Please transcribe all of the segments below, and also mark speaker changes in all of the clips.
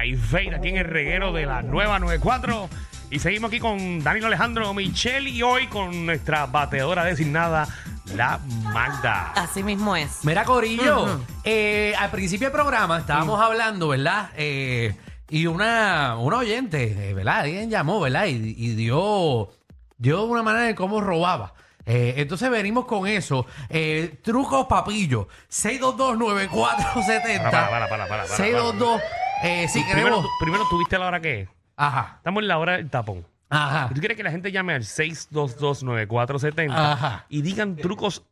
Speaker 1: Hay Fade aquí en el reguero de la nueva 94. Y seguimos aquí con Danilo Alejandro Michel y hoy con nuestra bateadora designada, la Magda.
Speaker 2: Así mismo es.
Speaker 3: Mira, Corillo, eh, al principio del programa
Speaker 1: Mm.
Speaker 3: estábamos hablando, ¿verdad? Eh, y una, un oyente, eh, ¿verdad? Alguien llamó, ¿verdad? Y, y dio, dio una manera de cómo robaba. Eh, entonces venimos con eso. Eh, trucos papillo. 622-9470.
Speaker 1: Para, para, para, para, para, para.
Speaker 3: 622. Eh, sí,
Speaker 1: primero,
Speaker 3: queremos.
Speaker 1: tú- primero tuviste la hora que es.
Speaker 3: Ajá.
Speaker 1: Estamos en la hora del tapón.
Speaker 3: Ajá.
Speaker 1: ¿Tú quieres que la gente llame al 6229470
Speaker 3: Ajá.
Speaker 1: y digan trucos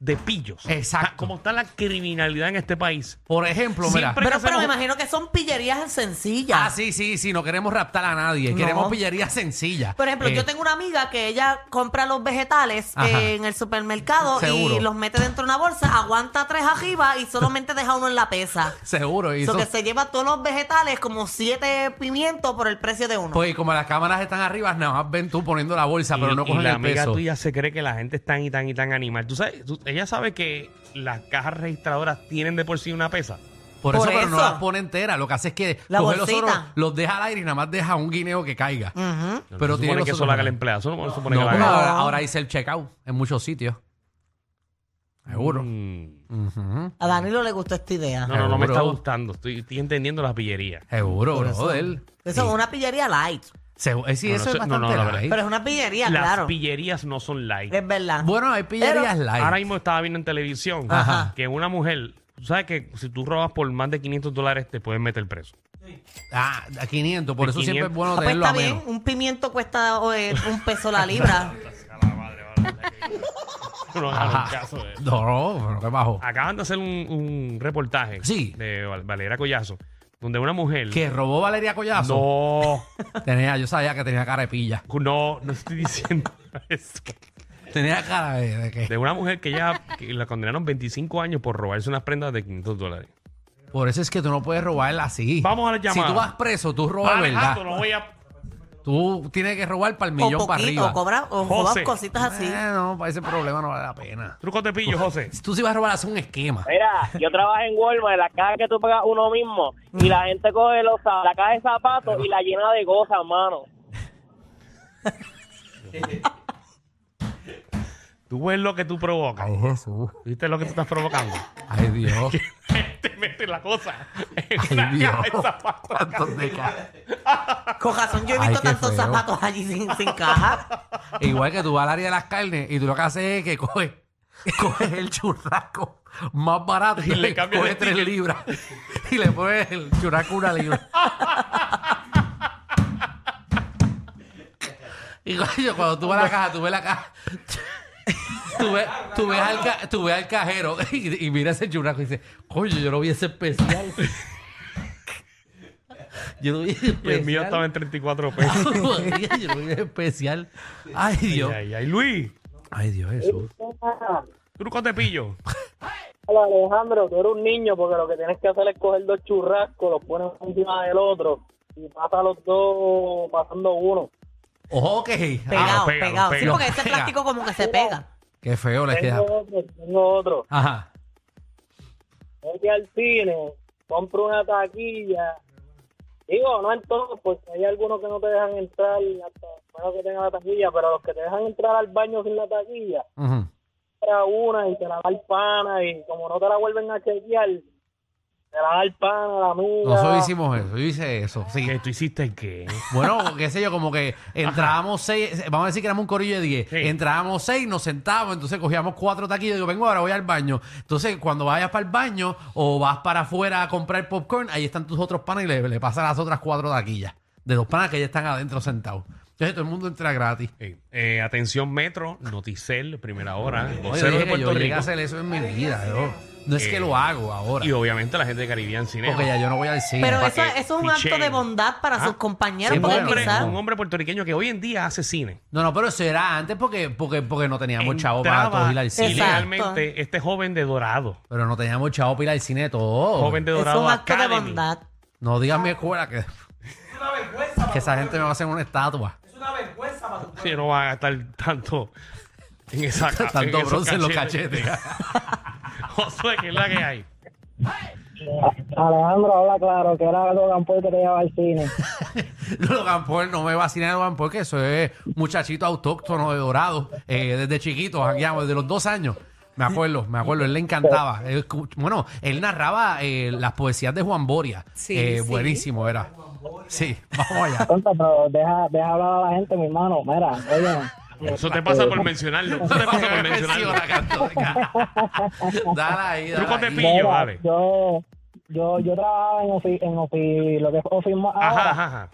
Speaker 1: de pillos?
Speaker 3: Exacto.
Speaker 1: Ah, Como está la criminalidad en este país.
Speaker 3: Por ejemplo, mira.
Speaker 1: Siempre-
Speaker 2: Pero,
Speaker 1: que
Speaker 2: pero
Speaker 1: hacemos-
Speaker 2: me imagino que son pillerías sencillas.
Speaker 3: Ah, sí, sí, sí. No queremos raptar a nadie.
Speaker 2: No.
Speaker 3: Queremos pillería sencilla.
Speaker 2: Por ejemplo,
Speaker 3: Eh,
Speaker 2: yo tengo una amiga que ella compra los vegetales
Speaker 3: Ajá.
Speaker 2: eh, en el supermercado y
Speaker 3: Seguro.
Speaker 2: los mete dentro de una bolsa, aguanta tres arriba y solamente deja uno en la pesa.
Speaker 3: Seguro. Y
Speaker 2: Eso
Speaker 3: eso-
Speaker 2: que se lleva todos los vegetales, como siete pimientos por el precio de uno.
Speaker 3: Pues y como las cámaras están arriba, nada más ven tú poniendo la bolsa, Ah, pero
Speaker 1: y,
Speaker 3: no
Speaker 1: y
Speaker 3: cogen
Speaker 1: la
Speaker 3: el
Speaker 1: amiga
Speaker 3: peso.
Speaker 1: tuya se cree que la gente es tan y tan y tan animal. ¿Tú sabes? tú- ella sabe que las cajas registradoras tienen de por sí una pesa.
Speaker 3: Por,
Speaker 2: Por
Speaker 3: eso, pero no
Speaker 2: eso.
Speaker 3: las pone entera. Lo que hace es que
Speaker 2: La
Speaker 3: coge los
Speaker 2: bolsita. Mm.
Speaker 3: otros, los deja al aire y nada más deja un guineo que caiga.
Speaker 2: Ujú.
Speaker 3: Pero
Speaker 1: no se supone
Speaker 3: tiene los
Speaker 1: que eso
Speaker 3: otros
Speaker 1: lo haga el
Speaker 3: también.
Speaker 1: empleado. Eso no, se supone
Speaker 3: No,
Speaker 1: que lo
Speaker 3: porque
Speaker 1: haga.
Speaker 3: ahora, ahora hice el checkout en muchos sitios. Seguro.
Speaker 1: Mm.
Speaker 3: Ujú.
Speaker 2: A Danilo le gustó esta idea.
Speaker 1: No, no, no me
Speaker 3: Seguro.
Speaker 1: está gustando. Estoy, estoy entendiendo las pillerías.
Speaker 3: Seguro,
Speaker 2: Por eso-
Speaker 3: brother.
Speaker 2: Eso es una pillería light.
Speaker 3: Segu- eh, sí,
Speaker 1: No, no,
Speaker 3: eso
Speaker 1: eso-
Speaker 3: es
Speaker 1: no,
Speaker 3: bastante
Speaker 1: no, la verdad.
Speaker 3: light.
Speaker 2: Pero es una pillería,
Speaker 1: las
Speaker 2: claro.
Speaker 1: pillerías no son light.
Speaker 3: Eh,
Speaker 2: Es verdad.
Speaker 3: Bueno, hay pillerías
Speaker 2: Pero-
Speaker 3: light.
Speaker 1: Ahora mismo estaba viendo en televisión
Speaker 3: Ajá.
Speaker 1: que una mujer, tú sabes que si tú robas por más de 500 dólares te pueden meter preso.
Speaker 3: Ah, a 500. Por
Speaker 1: De
Speaker 3: eso siempre
Speaker 1: 500.
Speaker 3: es bueno
Speaker 2: Ah, pues
Speaker 3: tenerlo
Speaker 2: está
Speaker 3: a
Speaker 2: bien,
Speaker 3: menos.
Speaker 2: un pimiento cuesta eh, un peso la libra.
Speaker 1: No hagan
Speaker 3: Ajá.
Speaker 1: caso de eso.
Speaker 3: No, pero qué bajo.
Speaker 1: Acaban de hacer un, un reportaje
Speaker 3: Sí.
Speaker 1: de Val- Valera Collazo, donde una mujer...
Speaker 3: Que robó Valeria Collazo.
Speaker 1: No,
Speaker 3: Tenía, yo sabía que tenía cara de pilla.
Speaker 1: no, no estoy diciendo eso.
Speaker 3: Tenía cara de, de que.
Speaker 1: De una mujer que ya que la condenaron 25 años por robarse unas prendas de 500 dólares.
Speaker 3: Por eso es que tú no puedes robar así.
Speaker 1: Vamos a la llamada.
Speaker 3: Si tú vas preso, tú robas
Speaker 1: Alejandro,
Speaker 3: verdad.
Speaker 1: ah, no voy a...
Speaker 3: Tú tienes que robar para el
Speaker 2: o
Speaker 3: millón para
Speaker 2: poquito,
Speaker 3: arriba.
Speaker 2: o cobra, o
Speaker 1: José.
Speaker 2: robas cositas así.
Speaker 3: Eh, no, para ese problema no vale la pena.
Speaker 1: Truco te pillo, José.
Speaker 3: Tú si vas a robar, haz un esquema.
Speaker 4: Mira, yo trabajo en Walmart, en la caja que tú pagas uno mismo, y la gente coge los, za- la caja de zapatos y la llena de cosas, mano.
Speaker 1: Tú ves lo que tú provocas.
Speaker 3: Jesús.
Speaker 1: ¿Viste lo que tú estás provocando?
Speaker 3: Ay, Dios.
Speaker 1: te metes la cosa en una
Speaker 3: Ay,
Speaker 1: caja de
Speaker 3: Dios.
Speaker 1: zapatos.
Speaker 3: Cuántos de cara.
Speaker 2: Con razón, yo he
Speaker 3: Ay,
Speaker 2: visto
Speaker 3: qué
Speaker 2: tantos
Speaker 3: feo. Ah,
Speaker 2: zapatos allí sin, sin caja.
Speaker 3: Igual que tú vas al área de las carnes y tú lo que haces es que coges coges el churrasco más barato
Speaker 1: Y le cambias
Speaker 3: coges
Speaker 1: el
Speaker 3: tres
Speaker 1: ticket.
Speaker 3: libras y le pones el churrasco una libra. y coño, cuando tú vas a la caja, tú ves la caja. Tú ves, tú ves al, ca- tú ves al cajero y, y miras el churrasco y dices, coño, yo no vi ese especial. Yo no vi ese
Speaker 1: Y el mío
Speaker 3: especial.
Speaker 1: estaba en 34 pesos.
Speaker 3: Ah, Yo no vi ese especial. Pues, Ay, Dios.
Speaker 1: Ay, ay, ay. Luis,
Speaker 3: Ay, Dios Jesús.
Speaker 1: truco te pillo.
Speaker 4: Hola, Alejandro, tú eres un niño porque lo que tienes que hacer es coger dos churrascos, los pones uno encima del otro y pasa los dos pasando uno.
Speaker 3: Ok.
Speaker 2: Pegado,
Speaker 1: pégalo,
Speaker 2: pegado. Sí,
Speaker 1: pégalo.
Speaker 2: porque ese
Speaker 3: Pega.
Speaker 2: plástico como que se pega.
Speaker 3: Ah, qué feo le queda.
Speaker 4: Tengo otro, tengo otro.
Speaker 3: Ajá.
Speaker 4: Voy al cine, compro una taquilla. Digo, no en todos, porque hay algunos que no te dejan entrar, hasta menos que tengan la taquilla, pero los que te dejan entrar al baño sin la taquilla,
Speaker 3: Ujú.
Speaker 4: compra una y te la da el pana y como no te la vuelven a chequear, te la da el pana, la amiga.
Speaker 3: Nosotros hicimos eso. Yo hice eso. Sí.
Speaker 1: ¿Qué tú hiciste qué?
Speaker 3: Bueno, qué sé yo, como que entrábamos seis, vamos a decir que éramos un corillo de diez.
Speaker 1: Sí.
Speaker 3: Entrábamos seis, nos sentábamos, entonces cogíamos cuatro taquillos. Digo, vengo ahora, voy al baño. Entonces, cuando vayas para el baño o vas para afuera a comprar popcorn, ahí están tus otros panas y le, le pasan las otras cuatro taquillas de los panas que ya están adentro sentados. Entonces, todo el mundo entra gratis.
Speaker 1: Eh, eh, atención, Metro, Noticel, primera hora,
Speaker 3: Oye,
Speaker 1: vocero
Speaker 3: dije
Speaker 1: de
Speaker 3: que
Speaker 1: Puerto
Speaker 3: yo llegué
Speaker 1: Rico.
Speaker 3: a hacer eso en mi vida. yo. No es
Speaker 1: Eh,
Speaker 3: que lo hago ahora.
Speaker 1: Y obviamente la gente de Caribbean Cinema.
Speaker 3: Porque ya yo no voy al cine.
Speaker 2: Pero
Speaker 1: para
Speaker 2: eso,
Speaker 1: que
Speaker 2: eso es un
Speaker 1: picheen.
Speaker 2: acto de bondad para
Speaker 1: Ah,
Speaker 2: sus compañeros,
Speaker 3: sí,
Speaker 1: un,
Speaker 2: porque
Speaker 3: bueno.
Speaker 1: hombre,
Speaker 2: quizás
Speaker 1: un hombre puertorriqueño que hoy en día hace cine.
Speaker 3: No, no, pero eso era antes porque, porque no teníamos chavo para
Speaker 1: Entraba
Speaker 3: todos ir al cine.
Speaker 2: Exacto.
Speaker 1: ilegalmente este joven de Dorado.
Speaker 3: Pero no teníamos chavo para ir al cine de todo.
Speaker 1: Joven de
Speaker 2: es
Speaker 1: Dorado
Speaker 2: un acto de
Speaker 1: Academy.
Speaker 2: bondad.
Speaker 3: No digas mi escuela que. Que esa gente me va a hacer una estatua.
Speaker 1: Que no va a gastar tanto en esa en
Speaker 3: Tanto
Speaker 1: esos
Speaker 3: bronce en los cachetes.
Speaker 1: Josué, que es la que hay.
Speaker 4: Alejandro habla claro, que era Logan Paul que te lleva al cine.
Speaker 3: Logan Paul no me vacina Logan Paul, que eso es muchachito autóctono de Dorado. eh, desde chiquito, jangueamos, desde los dos años. Me acuerdo, me acuerdo, él le encantaba. Él escu- bueno, él narraba eh, las poesías de Juan Boria.
Speaker 2: Sí,
Speaker 3: Eh,
Speaker 2: sí.
Speaker 3: Buenísimo era. Sí, vamos allá.
Speaker 4: Contra, pero deja, deja hablar a la gente, mi hermano. Mira, oye.
Speaker 1: Eso te pasa por mencionarlo. Eso te pasa por mencionarlo.
Speaker 3: Dale ahí, dale
Speaker 1: Trucos de
Speaker 3: ahí.
Speaker 1: pillo.
Speaker 4: Mira,
Speaker 1: vale.
Speaker 4: Yo, yo, yo trabajaba en Ofi, en Ofi, lo que es Ofi Ma-
Speaker 1: Ajá,
Speaker 4: ahora,
Speaker 1: ajá, ajá.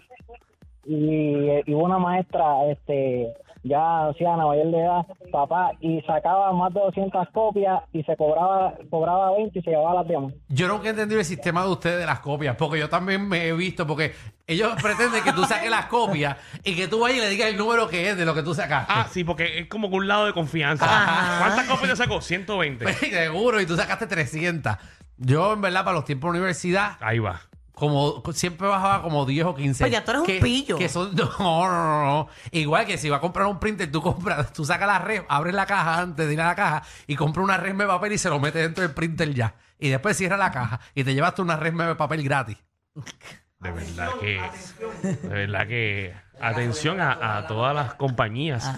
Speaker 4: y, eh, y hubo una maestra, este, ya anciana, mayor de edad, papá, y sacaba más de 200 copias y se cobraba, cobraba 20 y se llevaba las demás.
Speaker 3: Yo nunca he entendido el sistema de ustedes de las copias, porque yo también me he visto, porque ellos pretenden que tú saques las copias y que tú vayas y le digas el número que es de lo que tú sacaste.
Speaker 1: Ah, sí, porque es como que un lado de confianza.
Speaker 2: Ajá.
Speaker 1: ¿Cuántas copias le sacó? 120.
Speaker 3: Seguro, y tú sacaste 300. Yo, en verdad, para los tiempos de universidad,
Speaker 1: Ahí va.
Speaker 3: como siempre bajaba como 10 o 15.
Speaker 2: Pues ya tú eres un
Speaker 3: Que-
Speaker 2: pillo.
Speaker 3: Que son, no, no, no, no. Igual que si vas a comprar un printer, tú compras, tú sacas la red, abres la caja antes de ir a la caja y compras una resma de papel y se lo metes dentro del printer ya. Y después cierras la caja y te llevas tú una resma de papel gratis.
Speaker 1: De verdad que. De verdad que. Atención a, a todas las
Speaker 3: Ah.
Speaker 1: compañías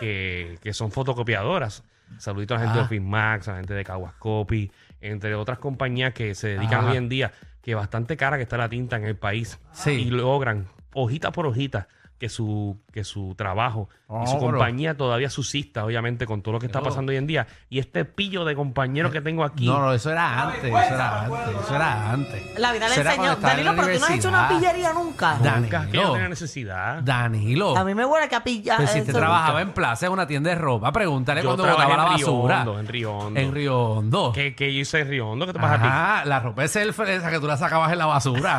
Speaker 1: que, que son fotocopiadoras. Saludito a la gente
Speaker 3: Ah.
Speaker 1: de Finmax, a la gente de Kawascopy, entre otras compañías que se dedican
Speaker 3: Ajá.
Speaker 1: hoy en día, que bastante cara que está la tinta en el país.
Speaker 3: Sí.
Speaker 1: Y logran, hojita por hojita, que su, que su trabajo y su
Speaker 3: Seguro.
Speaker 1: compañía todavía subsista, obviamente, con todo lo que está
Speaker 3: Seguro.
Speaker 1: pasando hoy en día. Y este pillo de compañero que tengo aquí.
Speaker 3: No, no, eso era antes, eso era antes, eso era antes.
Speaker 2: La vida le
Speaker 3: Eso era
Speaker 2: enseñó.
Speaker 3: cuando estaba en la
Speaker 2: Danilo, pero tú no has hecho una
Speaker 3: universidad.
Speaker 2: pillería nunca.
Speaker 3: Da-
Speaker 1: Nunca, que yo no
Speaker 3: Danilo.
Speaker 1: tenga necesidad.
Speaker 3: Danilo.
Speaker 2: A mí me huele que a pillar.
Speaker 3: Pues si te
Speaker 2: Ah, eso-
Speaker 3: trabajaba en plaza, en una tienda de ropa, pregúntale
Speaker 1: Yo
Speaker 3: cuando
Speaker 1: trabajé
Speaker 3: botaba
Speaker 1: en
Speaker 3: la
Speaker 1: Río
Speaker 3: basura.
Speaker 1: Hondo, en Río Hondo.
Speaker 3: En Río Hondo.
Speaker 1: ¿Qué, qué hice en Río Hondo? ¿Qué te pasa a ti?
Speaker 3: Ajá, la ropa es el esa que tú la sacabas en la basura.